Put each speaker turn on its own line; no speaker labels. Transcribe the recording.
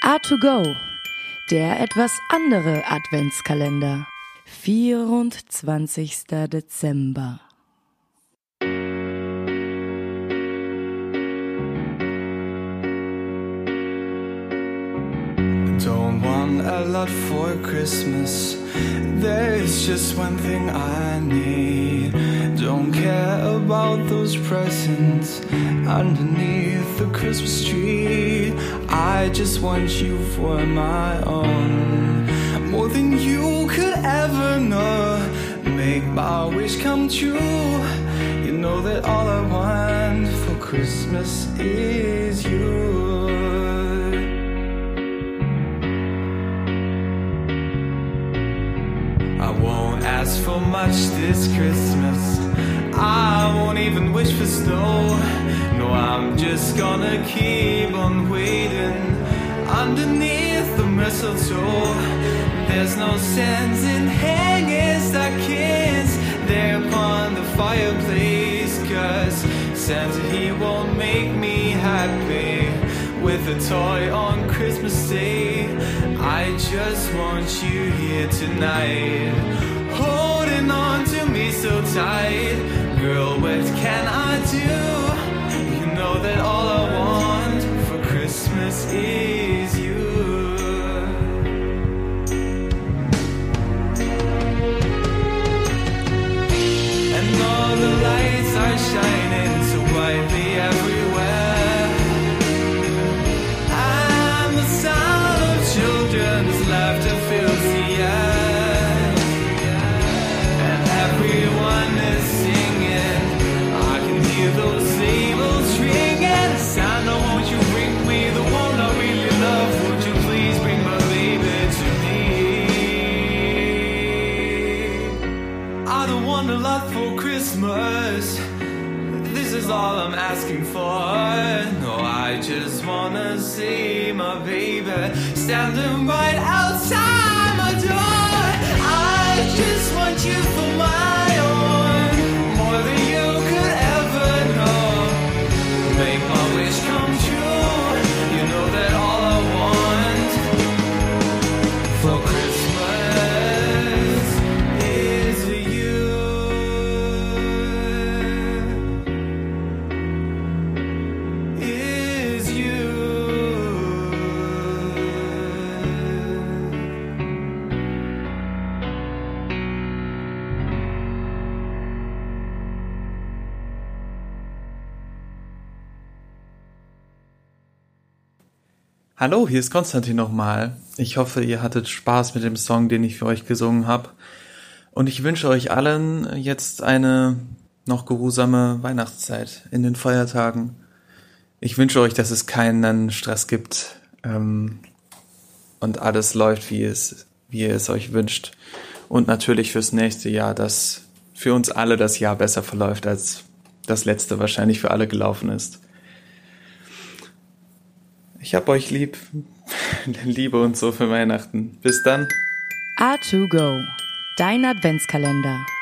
A2Go, der etwas andere Adventskalender. 24. Dezember.
Don't want a lot for Christmas. There's just one thing I need. Don't care about those presents underneath the Christmas tree. I just want you for my own. More than you could ever know. Make my wish come true. You know that all I want for Christmas is you. I won't ask for much this Christmas. I won't even wish for snow. No, I'm just gonna keep on waiting underneath the mistletoe. There's no sense in hanging stockings there upon the fireplace, cause Santa he won't make me happy with a toy on Christmas Day. I just want you here tonight, holding on to me so tight. Girl, what can I do? You know that all I want for Christmas is you. And all the lights are shining so brightly everywhere. And the sound of children's laughter fills the air. And everyone is singing. I can hear those tables ringing. Santa, won't you bring me the one I really love? Would you please bring my baby to me? I don't want a lot for Christmas. This is all I'm asking for. No, I just wanna see my baby standing right outside my door. I just want you for my own, more than you could ever know. Make my wish come true. You know that all I want for Christmas is you. Is you.
Hallo, hier ist Konstantin nochmal. Ich hoffe, ihr hattet Spaß mit dem Song, den ich für euch gesungen habe. Und ich wünsche euch allen jetzt eine noch geruhsame Weihnachtszeit in den Feiertagen. Ich wünsche euch, dass es keinen Stress gibt ähm, und alles läuft, wie, es, wie ihr es euch wünscht. Und natürlich fürs nächste Jahr, dass für uns alle das Jahr besser verläuft, als das letzte wahrscheinlich für alle gelaufen ist. Ich hab euch lieb. Liebe und so für Weihnachten. Bis dann.
A2Go, dein Adventskalender.